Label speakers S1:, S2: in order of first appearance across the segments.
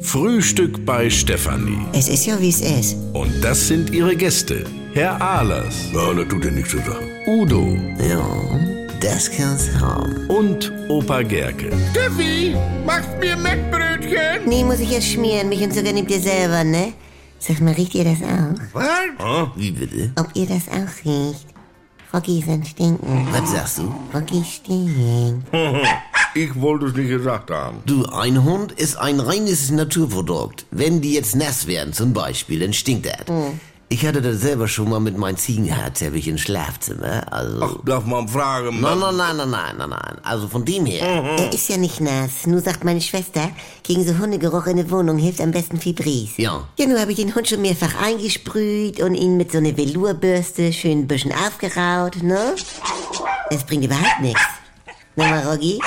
S1: Frühstück bei Stefanie.
S2: Es ist ja, wie es ist.
S1: Und das sind ihre Gäste. Herr Ahlers,
S3: Ja, das tut dir nichts zu sagen.
S1: Udo
S2: Ja, das kann's haben.
S1: und Opa Gerke.
S4: Steffi, machst mir Mettbrötchen?
S2: Nee, muss ich jetzt schmieren. Mich und Zucker nehmt ihr selber, ne? Sag mal, riecht ihr das auch?
S4: Was?
S3: Hä? Wie bitte?
S2: Ob ihr das auch riecht? Rocky sind stinken.
S3: Was sagst du?
S2: Rocky stinkt.
S4: Ich wollte es nicht gesagt haben.
S5: Du, ein Hund ist ein reines Naturprodukt. Wenn die jetzt nass werden zum Beispiel, dann stinkt das.
S2: Hm.
S5: Ich hatte das selber schon mal mit meinem Ziegenhaarteppich im Schlafzimmer. Also.
S3: Ach, darf man fragen.
S5: Nein, nein, nein, nein, nein, nein, nein. Also von dem her.
S2: Er ist ja nicht nass. Nur sagt meine Schwester, gegen so Hundegeruch in der Wohnung hilft am besten Fibris.
S5: Ja.
S2: Ja, nun habe ich den Hund schon mehrfach eingesprüht und ihn mit so einer Velourbürste schön ein bisschen aufgeraut, ne? Es bringt überhaupt nichts. Na mal, Rocky?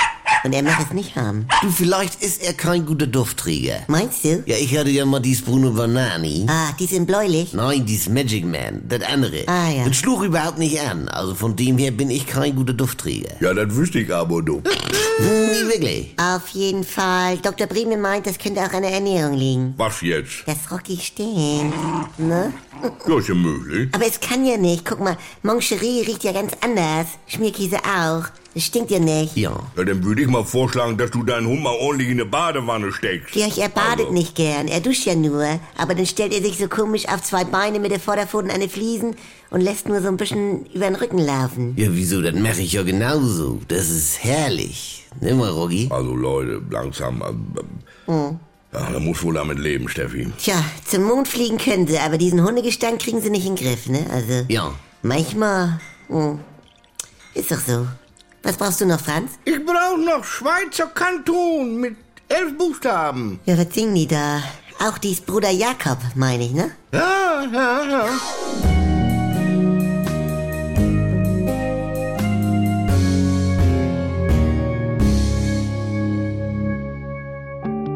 S2: Und er macht es nicht haben.
S5: Du, vielleicht ist er kein guter Duftträger.
S2: Meinst du?
S5: Ja, ich hatte ja mal dies Bruno Banani.
S2: Ah, die sind bläulich.
S5: Nein, dies Magic Man, das andere.
S2: Ah, ja.
S5: Das schlug überhaupt nicht an. Also von dem her bin ich kein guter Duftträger.
S3: Ja, das wüsste ich aber, du.
S4: Äh?
S5: Nie wirklich.
S2: Auf jeden Fall. Dr. Breme meint, das könnte auch an der Ernährung liegen.
S3: Was jetzt?
S2: Das Rocky stinkt, ne?
S3: Ja, ist ja möglich.
S2: Aber es kann ja nicht. Guck mal, Moncherie riecht ja ganz anders. Schmierkäse auch. Das stinkt ja nicht.
S5: Ja.
S3: Ja, dann würde ich mal vorschlagen, dass du deinen Hund mal ordentlich in eine Badewanne steckst.
S2: Georg, er badet
S3: Also.
S2: nicht gern. Er duscht ja nur. Aber dann stellt er sich so komisch auf zwei Beine mit der Vorderpfoten an die Fliesen und lässt nur so ein bisschen über den Rücken laufen.
S5: Ja, wieso? Das mache ich ja genauso. Das ist herrlich. Ne, Nimm mal, Rogi.
S3: Also, Leute, langsam. ähm, ähm, Ja, da muss wohl damit leben, Steffi.
S2: Tja, zum Mond fliegen können sie, aber diesen Hundegestank kriegen sie nicht in den Griff, ne? Also.
S5: Ja.
S2: Manchmal. Hm, ist doch so. Was brauchst du noch, Franz?
S4: Ich brauche noch Schweizer Kanton mit elf Buchstaben.
S2: Ja, was singen die da? Auch dies Bruder Jakob, meine ich, ne?
S4: Ja, ja, ja.